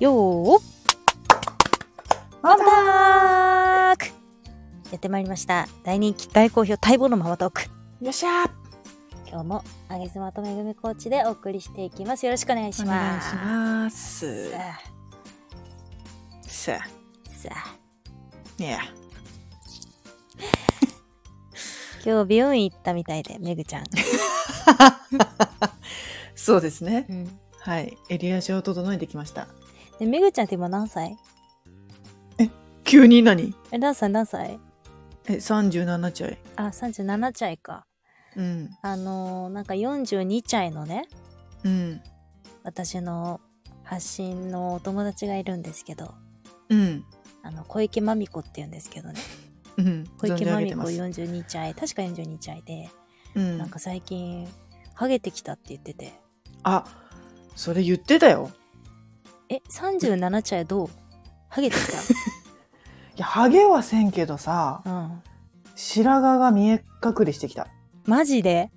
よーワンタークやってまいりました。大人気、大好評、待望のママトーク。よっしゃー今日も、あげずまとめぐみコーチでお送りしていきます。よろしくお願いしお願います。しますさ。あ、ささああ、ね今日美容院行ったみたいで、めぐちゃん。え。そうですね。うん、はい。エリア上整えてきました。でめぐちゃんって今何歳急に何え、何歳何歳え、37ちゃい。あ、37歳か。うん。あのーなんか42歳のね、うん。私の発信のお友達がいるんですけど、うん。あの、小池まみこって言うんですけどね。うん。小池まみ子存じ上げて42歳確か42歳で、ますうん。なんか最近ハゲてきたって言っててあ、それ言ってたよ。え37歳どうハゲてきいや、ハゲはせんけどさ、 た、うん、白髪が見え隠れしてきた。マジで、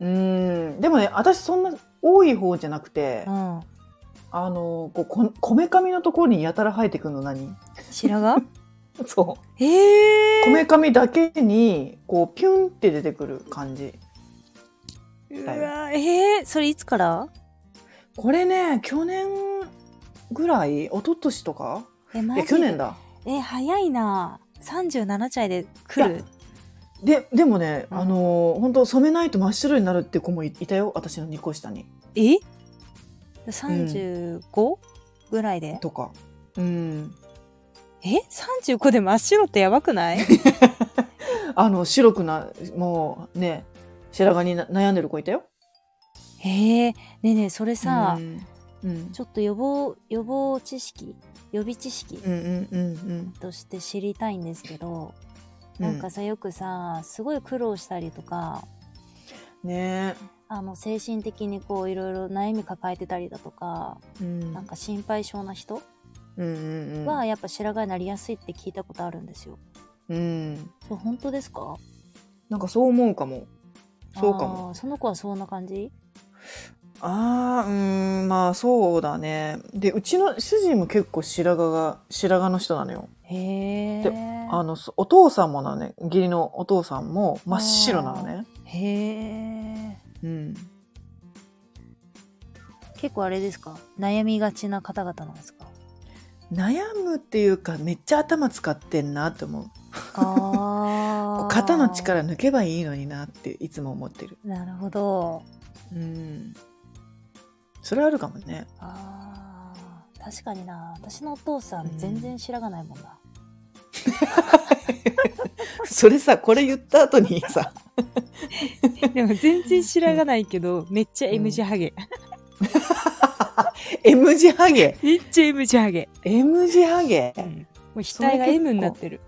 うーん。でもね、私そんな多い方じゃなくて、うん、あの、こうこ、こめかみのところにやたら生えてくるの何白髪 そう。えこめかみだけにこうピュンって出てくる感じー、うだよわえー、それいつからこれね去年ぐらい一昨年とかえいマやジ去年だえ早いな37歳で来いるやででもね、うんあのー本当染めないと真っ白になるって子もいいたよ私の2個下にえ ?35、ぐらいでとかうんえ35で真っ白ってやばくない あの白くなもうね白髪にな悩んでる子いたよえー、ねえねえそれさ、うんうんちょっと予防予防知識予備知識うんうんうんとして知りたいんですけど、うんなんかさよくさすごい苦労したりとかねあの精神的にこういろいろ悩み抱えてたりだとか、えうんなんか心配性な人うんうんうんはやっぱ白髪になりやすいって聞いたことあるんですよ。うんそれ本当ですかなんかそう思うかもそうかもあーその子はそんな感じああ、うーん、まあそうだね。で、うちの主人も結構白髪が、白髪の人なのよ。へえであの、そお父さんもなのね、義理のお父さんも真っ白なのね。へえうん。結構あれですか悩みがちな方々なんですか悩むっていうか、めっちゃ頭使ってんなって思う。こあうあ 肩の力抜けばいいのになっていつも思ってる。なるほど。うん。それあるかもね。あー確かにな。私のお父さうんん全然白髪ないもんな。それさ、これ言った後にさ、 でも全然白髪ないけど、めっちゃ M 字ハゲ。 M 字ハゲ。めっちゃ M 字ハゲ。 M 字ハゲ。もう額が M になってる。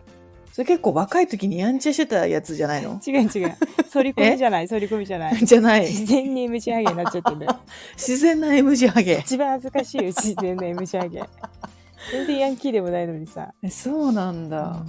それ結構若い時にやんちゃしてたや つじゃないの違う違う。反り込み じゃない、反り込みじゃなじゃない。然に M 字ハゲになっちゃって る。自然な M 字ハゲ一番恥ずかしいよ、自然な M 字ハゲ。全然ヤンキーでもないのにさ。そうなんだ、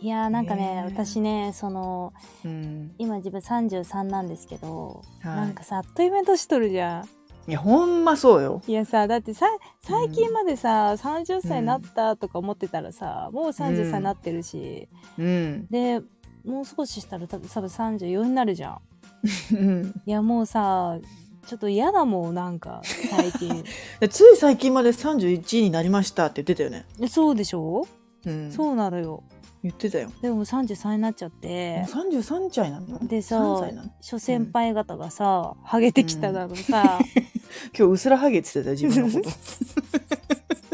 いやーなんかね、ねー私ねそのうん今自分33なんですけど、はいなんかさあっという間に年取るじゃん。いやほんまそうよいやさだってさ最近までさ、30歳になったとか思ってたらさ、もう30歳になってるし、うんでもう少ししたら多分多分34になるじゃんうんいやもうさちょっと嫌だもんなんか最 近つい最近まで31になりましたって言ってたよね、えそうでしょ、うん、そうなのよ言ってたよでも33になっちゃっもうて33歳なのでさ3歳なの諸先輩方がさ、ハゲてきただろさ、今日うすらハゲって言ってたよ自分のこ と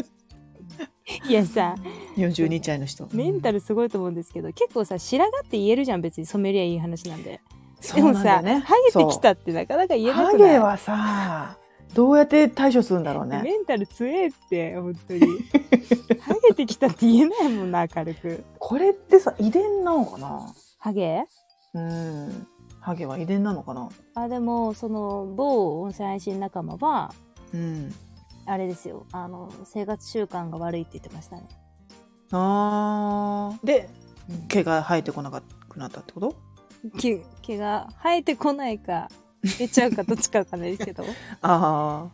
いやさ42歳の人メンタルルすごいと思うんですけど結構さ白髪って言えるじゃん別に染めりゃいい話なんでそでうもなんださ、よねハゲてきたってなかなか言えそうなハくないゲはさどうやって対処するんだろうねメンタル強えって本 当にハゲてきたって言えないもんな軽くこれってさ遺伝なのかなハゲうんハゲは遺伝なのかなあでもその某温泉配信仲間はうんあれですよあの生活習慣が悪いって言ってましたね、あーで毛が生えてこなくなったってこと毛毛が生えてこないか出ちゃうかどっちかわかんないですけどああ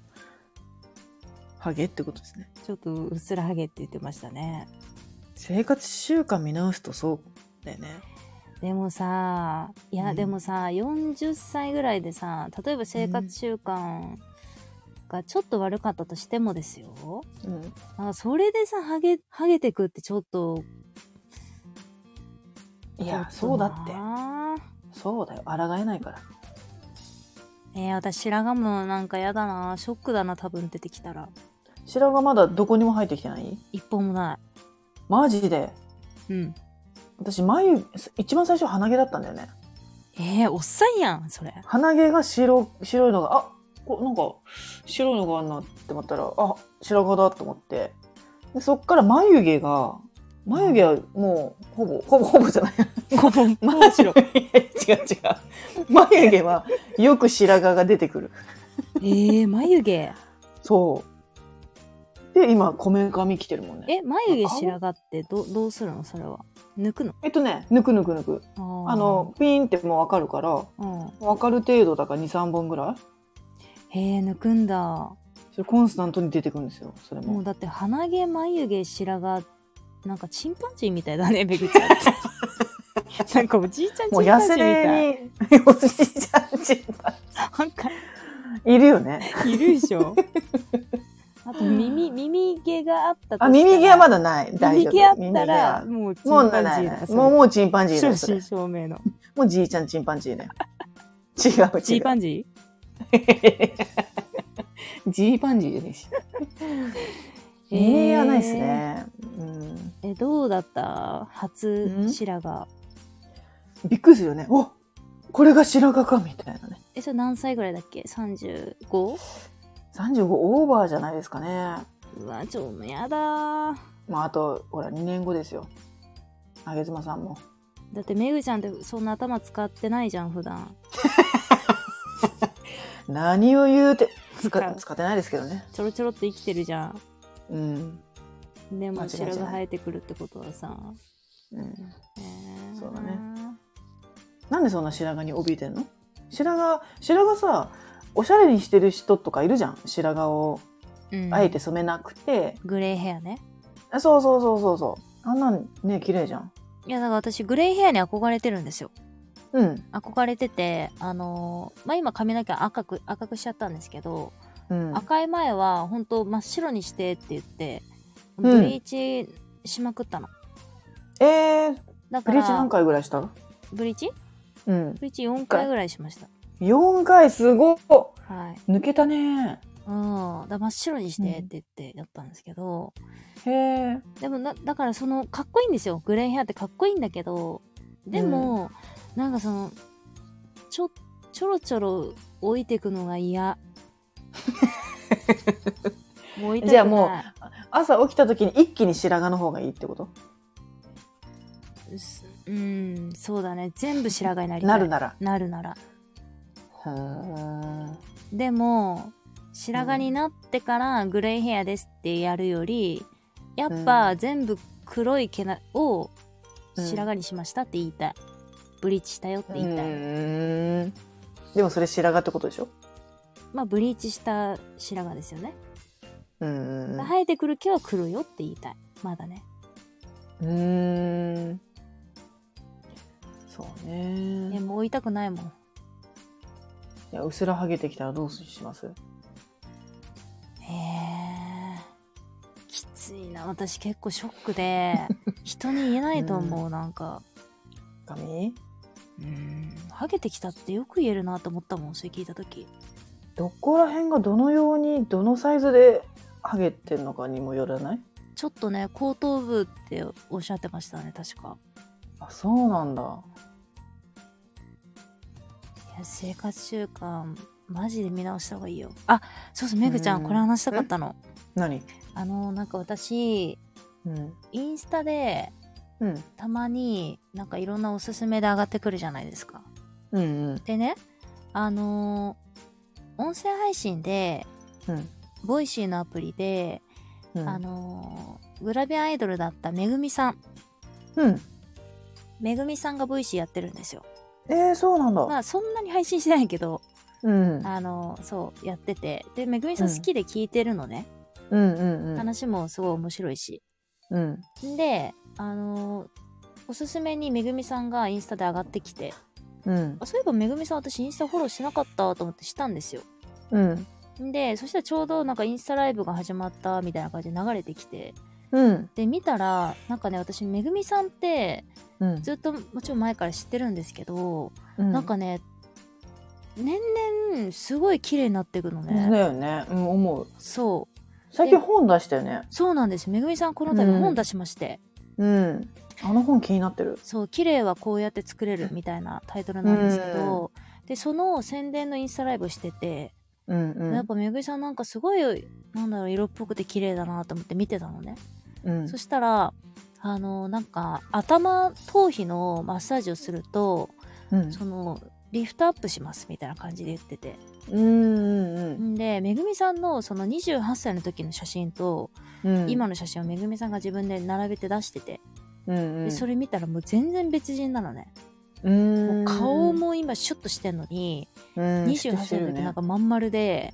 ハゲってことですね ちょっとうっすらハゲって言ってましたね生活習慣見直すとそうだよねでもさいや、うんでもさ40歳ぐらいでさ例えば生活習慣がちょっと悪かったとしてもですよ、うんなんかそれでさハゲハゲてくってちょっといやちょそうだとってなそうだよ抗えないからえー、私白髪もなんかやだなショックだな多分出てきたら白髪まだどこにも入ってきてない一本もなマジでいうん私眉一番最初鼻毛だったんだよねえー、おっさんやんそれ鼻毛が白白いのがあこなんか白いのがあんなって思ったらあ白髪だと思ってでそっから眉毛が眉毛はもうほぼほぼほ ぼじゃないご ぼん眉毛いや違う違う眉毛はよく白髪が出てくるえー、眉毛そうで今こめかみ来てるもんねえ眉毛白髪ってどどうするのそれは抜くのえっとねぬくぬくぬくあーあのピーンってもう分かるからうん分かる程度だから23本ぐらいへえ抜くんだそれコンスタントに出てくるんですよそれももうだって鼻毛眉毛白髪なんかチンパンジーみたい だねベグちゃんってなんかおじいちゃんチンもうパ痩ンジーせみたいに、 おじいちゃんちなんかいるよね。いるでしょあと耳耳毛があったとしたらあ、耳毛はまだない。大耳丈夫。毛あったら耳もうチン毛は、もうパなンいジーないだないそれもう、もうチンパンジーだよ。そ正れ真正銘のもうじいちゃんチンパンジーだ よ。違う、チ違ーパンジーう。ジーパンジーです。えー耳毛はないですね。うんえどうだった初ん白髪びっくりするよね。おこれが白髪かみたいなね。えそれ何歳ぐらいだっけ 35? 35オーバーじゃないですかね。うわちょっとやだーまあ、あと、ほら、2年後ですよ。あげ妻さんも。だってめぐちゃんってそんな頭使ってないじゃん普段何を言うて、使使う使ってないですけどね。ちょろちょろっと生きてるじゃんうん。で間も違いじ白ゃない髪生えてくるってことはさ、うんえーそうだねなんでそんな白髪に怯えてんの白髪白髪さおしゃれにしてる人とかいるじゃん白髪をうんあえて染めなくて、グレーヘアねあそうそうそうそうそうあんなんね綺麗じゃんいやだから私グレーヘアに憧れてるんですようん憧れててあのーまあ今髪の毛赤く赤くしちゃったんですけど、うん赤い前は本当真っ白にしてって言ってうんブリーチしまくったの、えー、だかブらリーチ何回ぐらいしたブリーチうんブリーチ4回ぐらいしました4回すごっはい抜けたねうんだから真っ白にしてって言ってやったんですけど、へえでもなだからそのかっこいいんですよグレーヘアってかっこいいんだけどでも、なんかそのちょちょろちょろ置いてくのが 嫌もう置いたくないじゃあも朝起きた時に一気に白髪の方がいいってことすうんそうだね全部白髪になりたいなるならなるならへーでも白髪になってからグレーヘアですってやるよりやっぱ全部黒い毛なを白髪にしましたって言いたい、ブリーチしたよって言いたい、うんでもそれ白髪ってことでしょまあブリーチした白髪ですよね、うん生えてくる毛は黒よって言いたいまだねうーん。そうねえ。もう追いたくないもんいや、うすらはげてきたらどうしますへえきついな私結構ショックで 人に言えないと思う、なんか髪うんハゲてきたってよく言えるなと思ったもんそれ聞いた時どこら辺がどのように、どのサイズではげてんのかにもよらないちょっとね後頭部っておっしゃってましたね確かあ、そうなんだ。いや生活習慣マジで見直した方がいいよあそうそうめぐちゃん、うんこれ話したかったの何あのなんか私うん。インスタでうん。たまになんかいろんなおすすめで上がってくるじゃないですか。うんうん。でねあのー音声配信でうん。ボイシーのアプリで、うん。あのーグラビアアイドルだっためぐみさんうん。めぐみさんがボイシーやってるんですよ。えー、そうなんまだ。あそんなに配信してないけど、うん。あのーそうやっててでめぐみさん好きで聞いてるのね。うんうんうん。話もすごい面白いし。うん。で、あのーおすすめにめぐみさんがインスタで上がってきて、うん。あそういえばめぐみさん私インスタフォローしなかったと思ってしたんですよ。うん。で、そしたらちょうどなんかインスタライブが始まったみたいな感じで流れてきて、うん。で、見たら、なんかね、私めぐみさんってうん。ずっともちろん前から知ってるんですけど、うんなんかね、年々すごい綺麗になっていくのね。だよね。うん、思う。そう。最近本出したよね。そうなんです。めぐみさんこの度うん本出しまして、うん。あの本気になってる。そう、綺麗はこうやって作れるみたいなタイトルなんですけど、で、その宣伝のインスタライブをしてて、うんやっぱめぐみさんなんかすごい、なんだろう、色っぽくて綺麗だなと思って見てたのね。うん。うんそしたら、あの、なんか頭、頭皮のマッサージをすると、うんその、リフトアップしますみたいな感じで言ってて。うんうんんで、めぐみさんのその28歳の時の写真と、うん。今の写真をめぐみさんが自分で並べて出してて、うんうんでそれ見たらもう全然別人なのね。ももう顔も今シュッとしてんのに、28歳の時なんかまん丸で、へ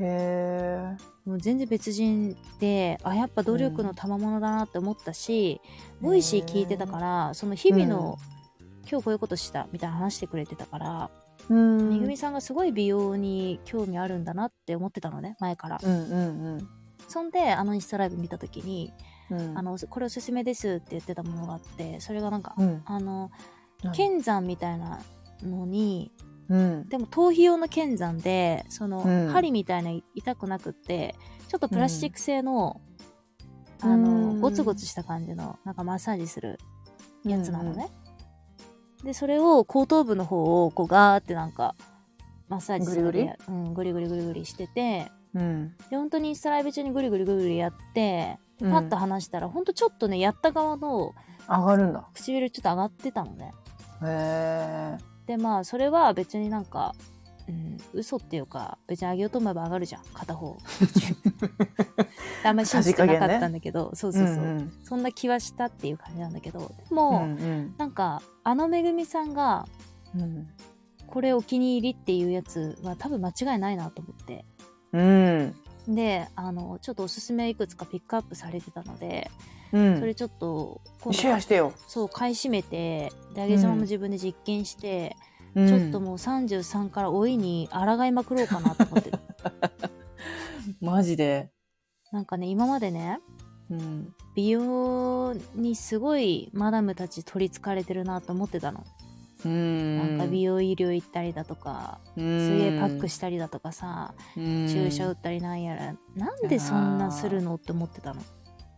えもう全然別人であやっぱ努力の賜物だなって思ったし、ボイシー聞いてたからその日々の、今日こういうことしたみたいな話してくれてたから、うんめぐみさんがすごい美容に興味あるんだなって思ってたのね前から、うんうんそんであのインスタライブ見た時に、うんうんあのこれおすすめですって言ってたものがあってそれがなんか、うんあの何剣山みたいなのにうんでも頭皮用の剣山でその、うん針みたいな痛くなくってちょっとプラスチック製の、うんあうのんゴツゴツした感じのなんかマッサージするやつなのね、でそれを後頭部の方をこうガーってなんかマッサージするぐりぐりうん、グリグリグリグリしててうんで本当にインスタライブ中にグリグリグリグリやってパパッと離したら、ほんとちょっとねやった側の上がるんだ唇ちょっと上がってたのねへえでまあそれは別になんか、うん、嘘っていうか別に上げようと思えば上がるじゃん片方あんまり信じてなかったんだけど、そうそうそう、んそんな気はしたっていう感じなんだけどでうも、んなんかあのめぐみさんがうんこれお気に入りっていうやつは多分間違いないなと思ってうんであのちょっとおすすめいくつかピックアップされてたので、うんそれちょっと今シェアしてよそう買い占めてであげちゃまも自分で実験して、ちちょっともう33から老いに抗いまくろうかなと思 ってるマジでなんかね今までねうん美容にすごいマダムたち取りつかれてるなと思ってたの、うんなんか美容医療行ったりだとか、すげえパックしたりだとかさ、注射打ったりなんやらなんでそんなするのって思ってたの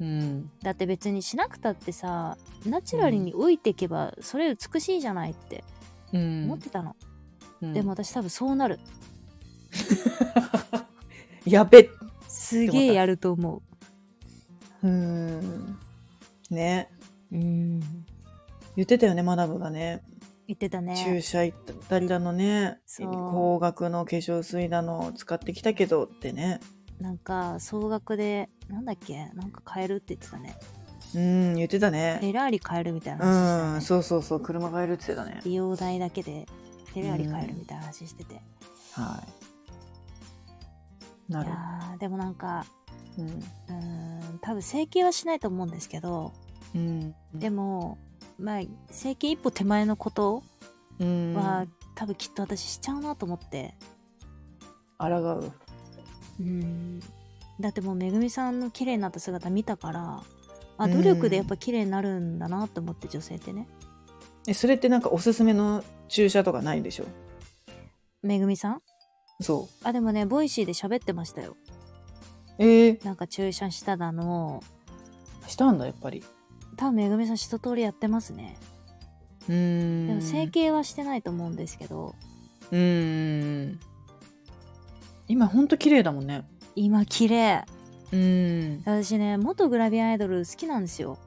うんだって別にしなくたってさナチュラルに老いていけばそれ美しいじゃないって思ってたの、でも私多分そうなるやべすげえやると思うんねううん言ってたよねマダムがね言ってたね注射行ったりだのねそう高額の化粧水だのを使ってきたけどってねなんか総額でなんだっけなんか買えるって言ってたねうん言ってたフねェラーリ買えるみたいな話うしてたねんそうそうそう車買えるって言ってたね美容代だけでフェラーリ買えるみたいな話してて、はいないるやーでもなんかうんうーん多分整形はしないと思うんですけどうんでもまあ整形一歩手前のことうんは、抗多分きっと私しちゃうなと思ってううんだってもうめぐみさんの綺麗になった姿見たからあ努力でやっぱ綺麗になるんだなと思って女性ってねえそれってなんかおすすめの注射とかないんでしょめぐみさんそあでもねボイシーで喋ってましたようえー、なんか注射しただのしたんだやっぱり多分めぐみさん一通りやってますねうんでも整形はしてないと思うんですけどうん今ほんと綺麗だもんね今綺麗うん私ね元グラビアアイドル好きなんですよ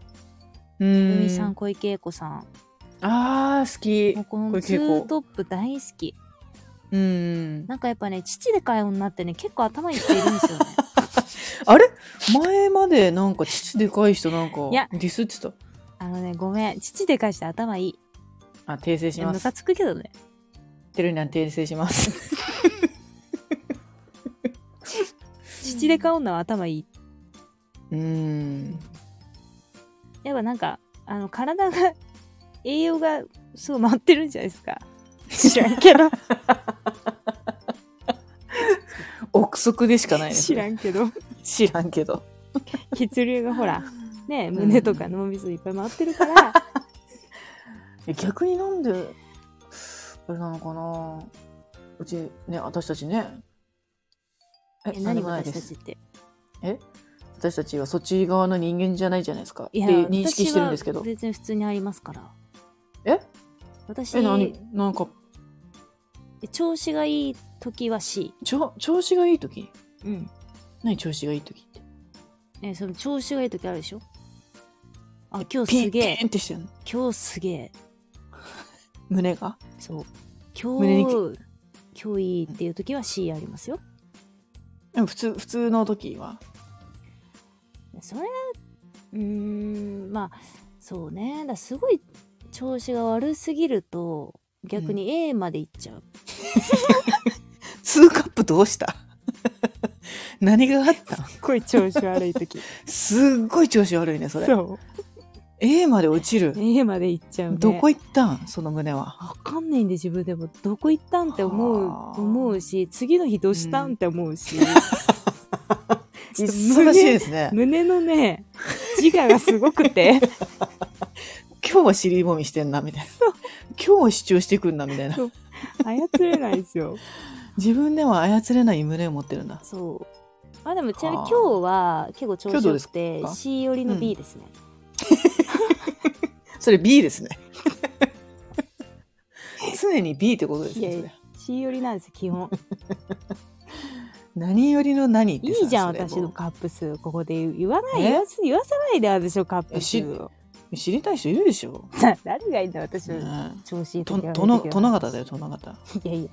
うめぐんみさん小池栄子さんあー好きもうこの小ツ池栄子ートップ大好きうんなんかやっぱね父でかい女ってね結構頭いい人いるんです よねあれ前までなんか父でかい人なんかいやディスってたあのねごめん父でかい人頭いいあ訂正いしやまムすカつくけどねてるには訂正し ます父でかい女は頭いいってうん。やっぱなんかあの体が栄養がすごい回ってるんじゃないですか知らんけ ど憶測でしかないね。知らん。んけど知らんけど。血流がほらねん胸とか脳みそいっぱい回ってるから、え逆になんで、あれなのかなうち、ね、私たちね。え何ももない私でたすちってえ私たちはそっち側の人間じゃないじゃないですか。っていや認識してるんですけど私。は別に普通にありますからえ私え、何なんか、調子がいい時は C ちょ調子がいい時うん何調子がいい時って。えその調子がいい時あるでしょあ今日ピすン、げえピンってしてるの。今日すげえ胸が。そう胸に今日今日いいっていう時は C ありますよでも普通、普通の時は。それはうーんまあそうねだからすごい調子が悪すぎると逆に A までいっちゃう、 2カップどうした 何があったのすっごい調子悪い 時すっごい調子悪いね、それ。う A まで落ちる。 A までいっちゃう、ね、どこ行ったんその胸は。わかんないんで自分でもどこ行ったんって思はうあ思うし次の日どうしたんって思う し、素晴らしいですね。胸のね自我がすごくて 今日は尻込みしてんな、みたいな。今日は主張してくんな、みたいなそう。操れないですよ自分では操れない胸を持ってるんだ。そうあでもちなみにはあ今日は結構調子今日ど良うくですてか C 寄りの B ですね、それ B ですね。 常に B ってことですいね。やいそやれ C 寄りなんですよ基 本何よりの何っていさいじゃんそれも私のカップ数ここで言う言わないえ言わす言わさないであるでしょカップ数を知りたい人いるでしょ。な 誰がいいんだ私のね調子いいと時は殿殿方だよ、殿方。いやいや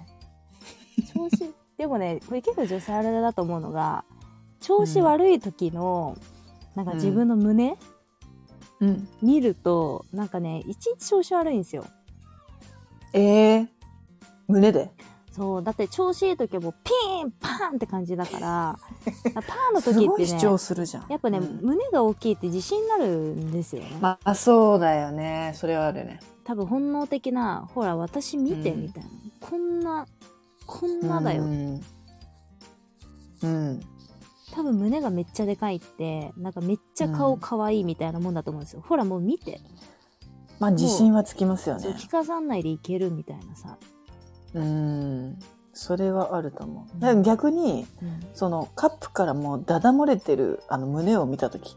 調子 でもねこれ結構女性あれだと思うのが調子悪い時の、なんか自分の胸、うん。見るとなんかねいちいち調子悪いんですよえー、胸で。そうだって調子いい時はもうピーンパーンって感じだから パーンのす時っごてい主ね張するじゃん。やっぱね、うん胸が大きいって自信になるんですよね、まあ、そうだよね。それはあるね。多分本能的なほら私見てうんみたいな、こんなこんなだよ、うん。うん。多分胸がめっちゃでかいってなんかめっちゃ顔かわいいみたいなもんだと思うんですよ、ほらもう見て、まあ、自信はつきますよそうね。着飾んないでいけるみたいなさ、うん。それはあると思うんう。だから逆に、うんそのカップからもうダダ漏れてるあの胸を見た時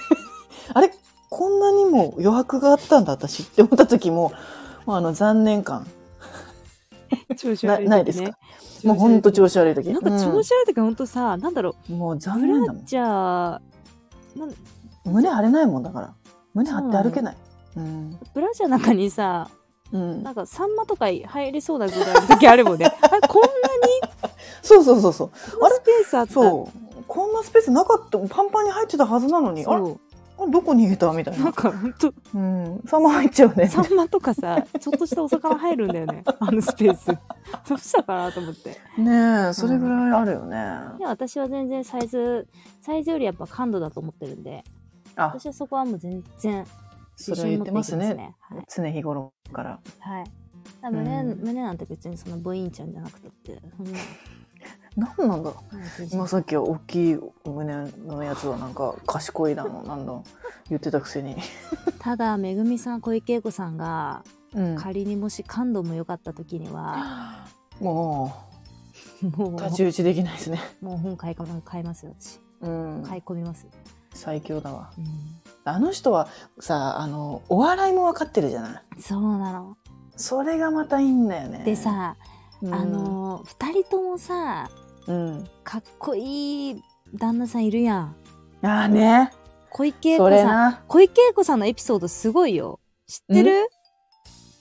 あれこんなにも余白があったんだ私って思った時ももうあの残念感なないですかもうほんと調子悪い時なんか調子悪い時ほんとさ、なんだろうんもうう残ブラ念だもッんチャーなん胸張れないもんだから胸張って歩けないうん、ブラジャーの中にさうんなんかサンマとか入りそうなぐらいの時あるもんねあれこんそうそうそうそうなスペースあったそうこんなスペースなかったパンパンに入ってたはずなのにあれそあれどこ逃げたみたういなんな、かほんとうん、サマー入っちゃうねサンマとかさちょっとしたお魚入るんだよねあのスペースどうしたかなと思ってねえそれぐらいあるよね、で私は全然サイズサイズよりやっぱ感度だと思ってるんであ私はそこはもう全然それは言ってま自すね信持っていき常日頃からはい、はい、だから胸うん胸なんて別にそのボインちゃんじゃなくたって、うん何なんだろうん全う今然さっきは大きい胸のやつはなんか賢いだのなんだ言ってたくせに、ただめぐみさん小池栄子さんがうん、仮にもし感度も良かった時には、 ももうう太刀打ちできないですね、もう本買いかも買いますよ私うん買い込みます、最強だわうんあの人はさあのお笑いも分かってるじゃないそうなのそれがまたいいんだよねで、さ、うんあの2人ともさうんかっこいい旦那さんいるやんああね小池栄そ子れさんな小池栄子さんのエピソードすごいよ知ってる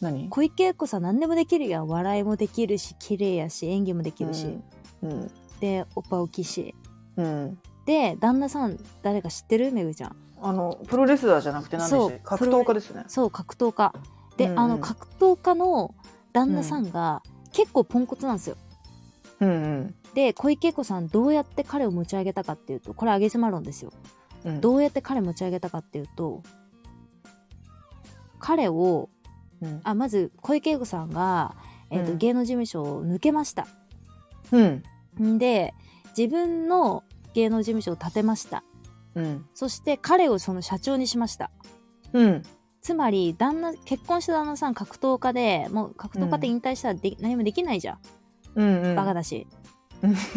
何小池栄子さん何でもできるやん笑いもできるし綺麗やし演技もできるし、うんでおっぱ大きいしうん、うん、で旦那さん誰か知ってるめぐちゃんあのプロレスラーじゃなくて何でしたっけそう格闘家ですねそう格闘家で、うんうんあの格闘家の旦那さんが結構ポンコツなんですようんうんで小池栄子さんどうやって彼を持ち上げたかっていうとこれ上げスマ論ですようんどうやって彼持ち上げたかっていうと彼をうんあまず小池栄子さんが、えーとうん芸能事務所を抜けましたうんんで自分の芸能事務所を建てましたうんそして彼をその社長にしましたうんつまり旦那結婚した旦那さん格闘家でもう格闘家って引退したらでき、何もできないじゃんうんうんバカだし、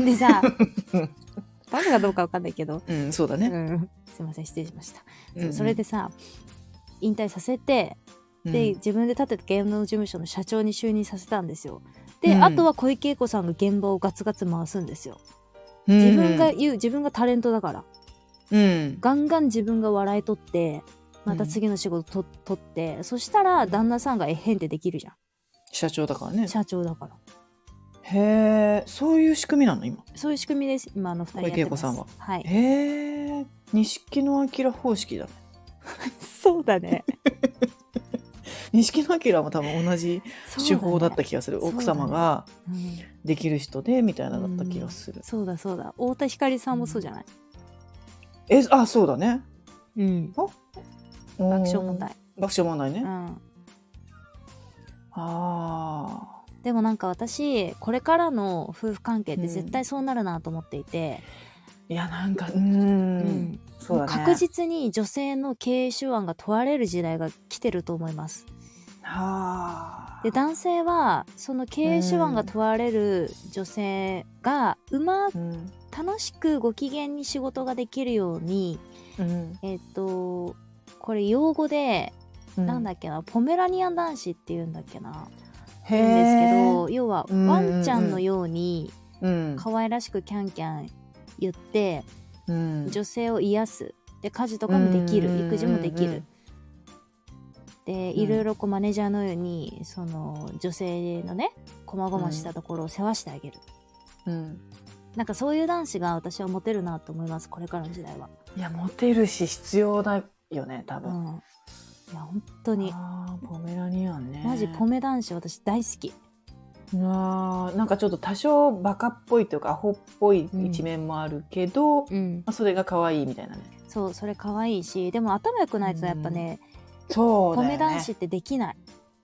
うで さうんバカかどうかわかんないけど、うんそうだうねん、すいません失礼しました、そううんそれでさ引退させてうんで、自分で立てた芸能事務所の社長に就任させたんですよで、うんあとは小池栄子さんが現場をガツガツ回すんですようん自分が言う自分がタレントだからうんガンガン自分が笑い取ってまたうん次の仕事と取ってそしたら旦那さんがえへんってできるじゃ社長だからねん社長だからへえそういう仕組みなの今そういう仕組みです今あの2人やってます小池栄子さんはいへえ錦野明方式だねそうだ ね錦野明も多分同じ手法だった気がする、そうだね奥様がそうだね,うん、できる人でみたいなだった気がする、そうだそうだ太田光さんもそうじゃないえあそうだねうん爆爆笑問題爆笑問題ね、うあんあでもなんか私これからの夫婦関係って絶対そうなるなと思っていて、ーいやなんかうーんうんそうだね確実に女性の経営手腕が問われる時代が来てると思いますはあで男性はその経営手腕が問われる女性がうまくうん楽しくご機嫌に仕事ができるようにうんえっ、とこれ用語で、うなんだっけなポメラニアン男子っていうんだっけなへ言うんですけえど要はうんうんうんワンちゃんのようにうん可愛らしくキャンキャン言ってうん女性を癒すで家事とかもできうんうんうんうるん育児もできるでんいろいろこうマネージャーのようにその女性のねこまごましたところを世話してあげるうんなんかそういう男子が私はモテるなと思いますこれからの時代は、いやモテるし必要だよね多う分、ん、いや本当にあーポメラニアンねマジポメ男子私大好きあーなんかちょっと多少バカっぽいというかアホっぽい一面もあるけど、まうんあ、それが可愛いみたいなねそうそれ可愛いしでも頭良くないとやっぱねそうポだよメね男子ってできない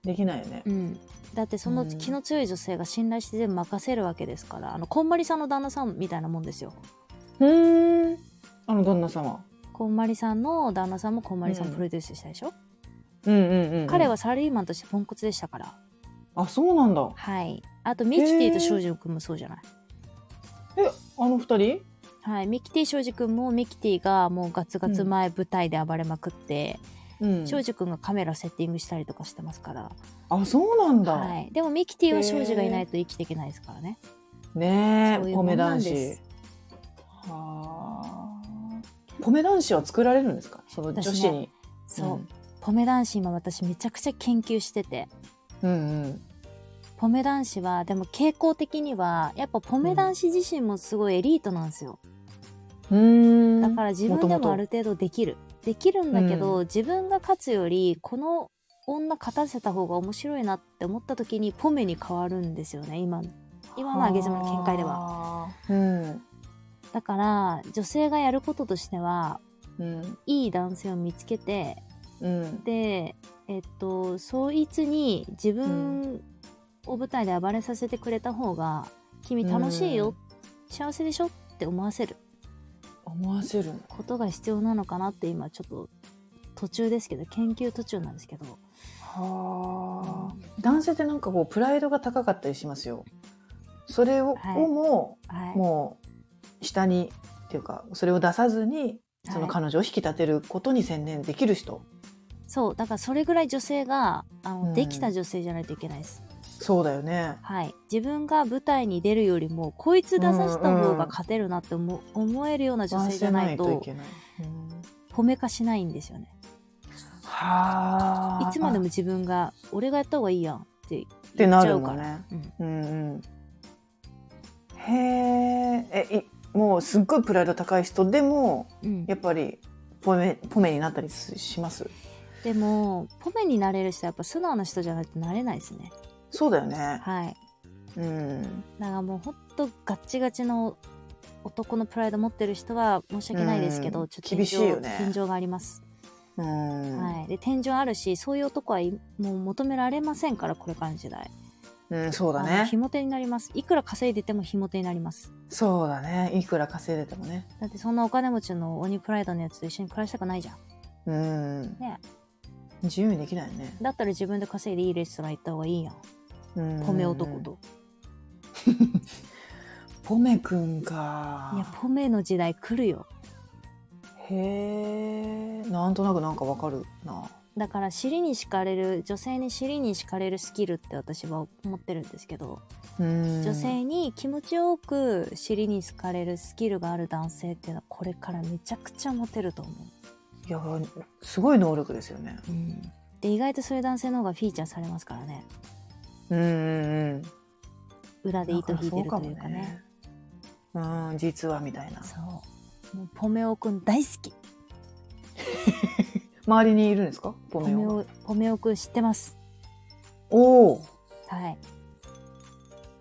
できないよねうん、だってそのうん気の強い女性が信頼して全部任せるわけですから、あのこんまりさんの旦那さんみたいなもんですようんあの旦那様こんまりさんの旦那さんもこんまりさんうんプロデュースしたでしょ、うんうんうんうん彼はサラリーマンとしてポンコツでしたからあそうなんだはいあとミキティと庄司君もそうじゃない、えあの二人はい、ミキティ庄司君もミキティがもうガツガツ前舞台で暴れまくってうん庄司、君がカメラセッティングしたりとかしてますから、あそうなんだ、はい、でもミキティは庄司がいないと生きていけないですからねねそういえうもポんメな男んです子はあポメ男子は作られるんですかその女子に、そう、ポメ男子今私めちゃくちゃ研究しててうん、うんうんポメ男子はでも傾向的にはやっぱポメ男子自身もすごいエリートなんですよ、うーんだから自分でもある程度できるできるんだけど、う自分が勝つよりこの女勝たせた方が面白いなって思った時にポメに変わるんですよね今の今のあげ妻の見解ではは。うん。だから女性がやることとしてはうん。いい男性を見つけてうん。でえっとそいつに自分を舞台で暴れさせてくれた方が「君楽しいよ、幸せでしょ?」って思わせる思わせるの。ことが必要なのかなって今ちょっと途中ですけど研究途中なんですけどはあ。男性ってなんかこうプライドが高かったりしますよ。それを,、はいをもはい、もう下にっていうかそれを出さずにそはのい彼女を引き立てることに専念できる人。そうだからそれぐらい女性があの、うんできた女性じゃないといけないですそうだよね。はい自分が舞台に出るよりもこいつ出させた方が勝てるなって思,、思えるような女性じゃない男性ないとといけない。うん褒めかしないんですよねはあ。いつまでも自分が「俺がやった方がいいやん」ってって言なっちゃるうもかんら、ね。うんうんうん、へええいもうすっごいプライド高い人でもうんやっぱりポメポメになったりししますでもポメになれる人はやっぱ素直な人じゃないとなれないですねそうだよねはいうんだからもうほんとガッチガチの男のプライド持ってる人は申し訳ないですけど、うんちょっと天井厳しいよね天井があります、うん、はい、で天井あるしそういう男はいもう求められませんからこれからの時代うん、そうだあのねひ。も手になりますいくら稼いでてもひも手になりますそうだね。いくら稼いでてもね。だってそんなお金持ちの鬼プライドのやつと一緒に暮らしたくないじゃんうん。ね自由にできないよね。だったら自分で稼いでいいレストラン行った方がいいやんうんポメ男。とポメくんか。いやポメの時代来るよへえ。なんとなくなんかわかるな。だから尻に敷かれる女性に尻に敷かれるスキルって私は思ってるんですけど、うん。女性に気持ちよく尻に敷かれるスキルがある男性っていうのはこれからめちゃくちゃモテると思いや、すごい能力ですよね。う、で意外とそういう男性の方がフィーチャーされますからねうんうんうん。裏で糸引いてるというだからね。そうかもねうん、実はみたいな。そうもうポメオくん大好き周りにいるんですかポポメメオ。オポメオくん知ってますおおーはい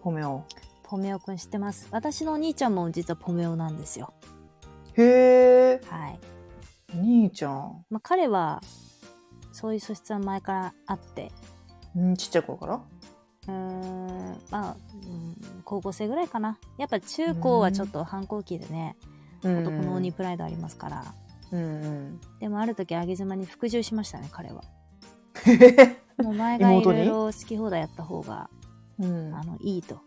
ポメオ。ポメオくん知ってます私のお兄ちゃんも実はポメオなんですよへえ。はい、兄ちゃん。まあ、彼はそういう素質は前からあってうん、ちっちゃい頃からうーんまあ、うん、高校生ぐらいかなやっぱ中高はちょっと反抗期でね、男の鬼プライドありますからうんうん。でもある時あげ妻に服従しましたね彼はへへもう前がい妹ろにいろ好き放題やった方がうん。あのいいと、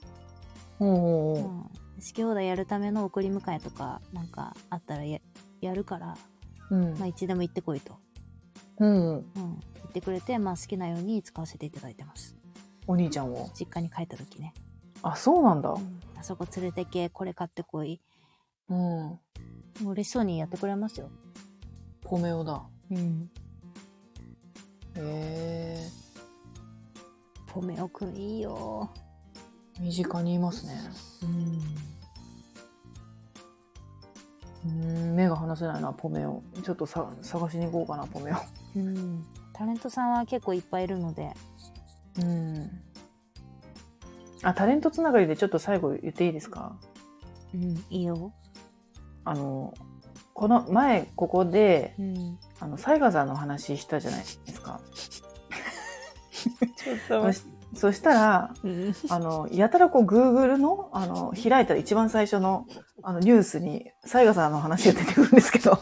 おうおう、うんおう好き放題やるための送り迎えとかなんかあったらややるから、うんまあ、いつでも行ってこいと、ううん。ん、言ってくれて、まあ、好きなように使わせていただいてますお兄ちゃんを。実家に帰った時ね、あ、そうなんだう。んあそこ連れてけこれ買ってこいうん。もう嬉しそうにやってくれますよポメオだ。うん、へえ。ポメオくんいいよ、身近にいますね。うん、うん、目が離せないな、ポメオ。ちょっとさ探しに行こうかな、ポメオ。タレントさんは結構いっぱいいるのでうん。あ、タレントつながりでちょっと最後言っていいですかうんいいよ、あの、この前ここで、うん、あの、サイガーさんの話したじゃないですか。ちょっそしそしたら、あの、やたらこう、Google の、あの、開いた一番最初の、あの、ニュースに、サイガさんの話が出てくるんですけど、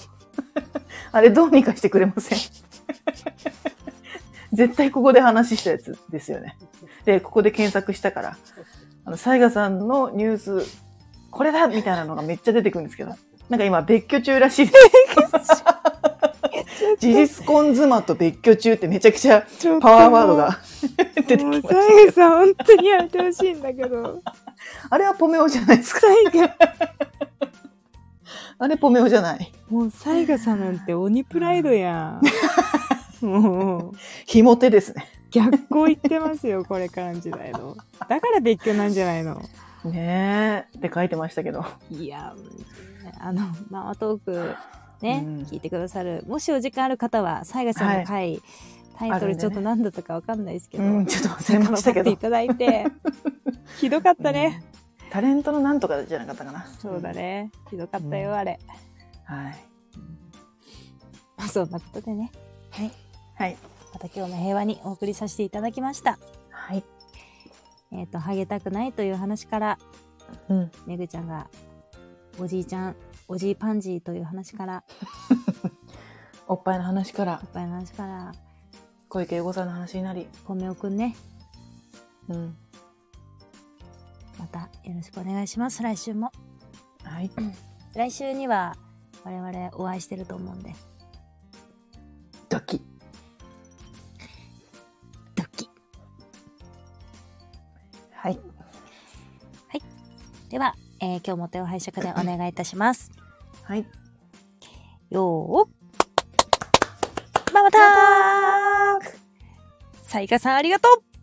あれどうにかしてくれません。 絶対ここで話したやつですよね。で、ここで検索したから、あの、サイガさんのニュース、これだみたいなのがめっちゃ出てくるんですけど、なんか今、別居中らしいです。事実婚妻と別居中ってめちゃくちゃちょっとパワーワー ドが 出てきもまうしたけど。サイガさん本当にやめてほしいんだけどあれはポメオじゃないですか。 あれポメオじゃない。もうサイガさんなんて鬼プライドやんもうひも手ですね。逆光言ってますよこれからの時代のだから別居なんじゃないのねえって書いてましたけど。いやあのママトークね、うん聞いてくださるもしお時間ある方はサイガさんの回、タイトあるんでルねちょっと何だったかわかんないですけうど、ん、ちょっと忘れましたけっていど。ただいてひどかったね、うんタレントのなんとかじゃなかったかな。そうだねひどかったよ、うんあれうん。はい。まあそんなことでねはい。また今日も平和にお送りさせていただきましたはい。えっ、とハゲたくないという話からうん。めぐちゃんがおじいちゃんおじいパンジーという話からおっぱいの話からおっぱいの話から小池栄子さんの話になり。ポメオくんねうん。またよろしくお願いします来週もはい。来週には我々お会いしてると思うんでドキ。ドキはい。では、えー今日も手を拝借でお願いいたしますはい。よーママタークサイカさんありがとう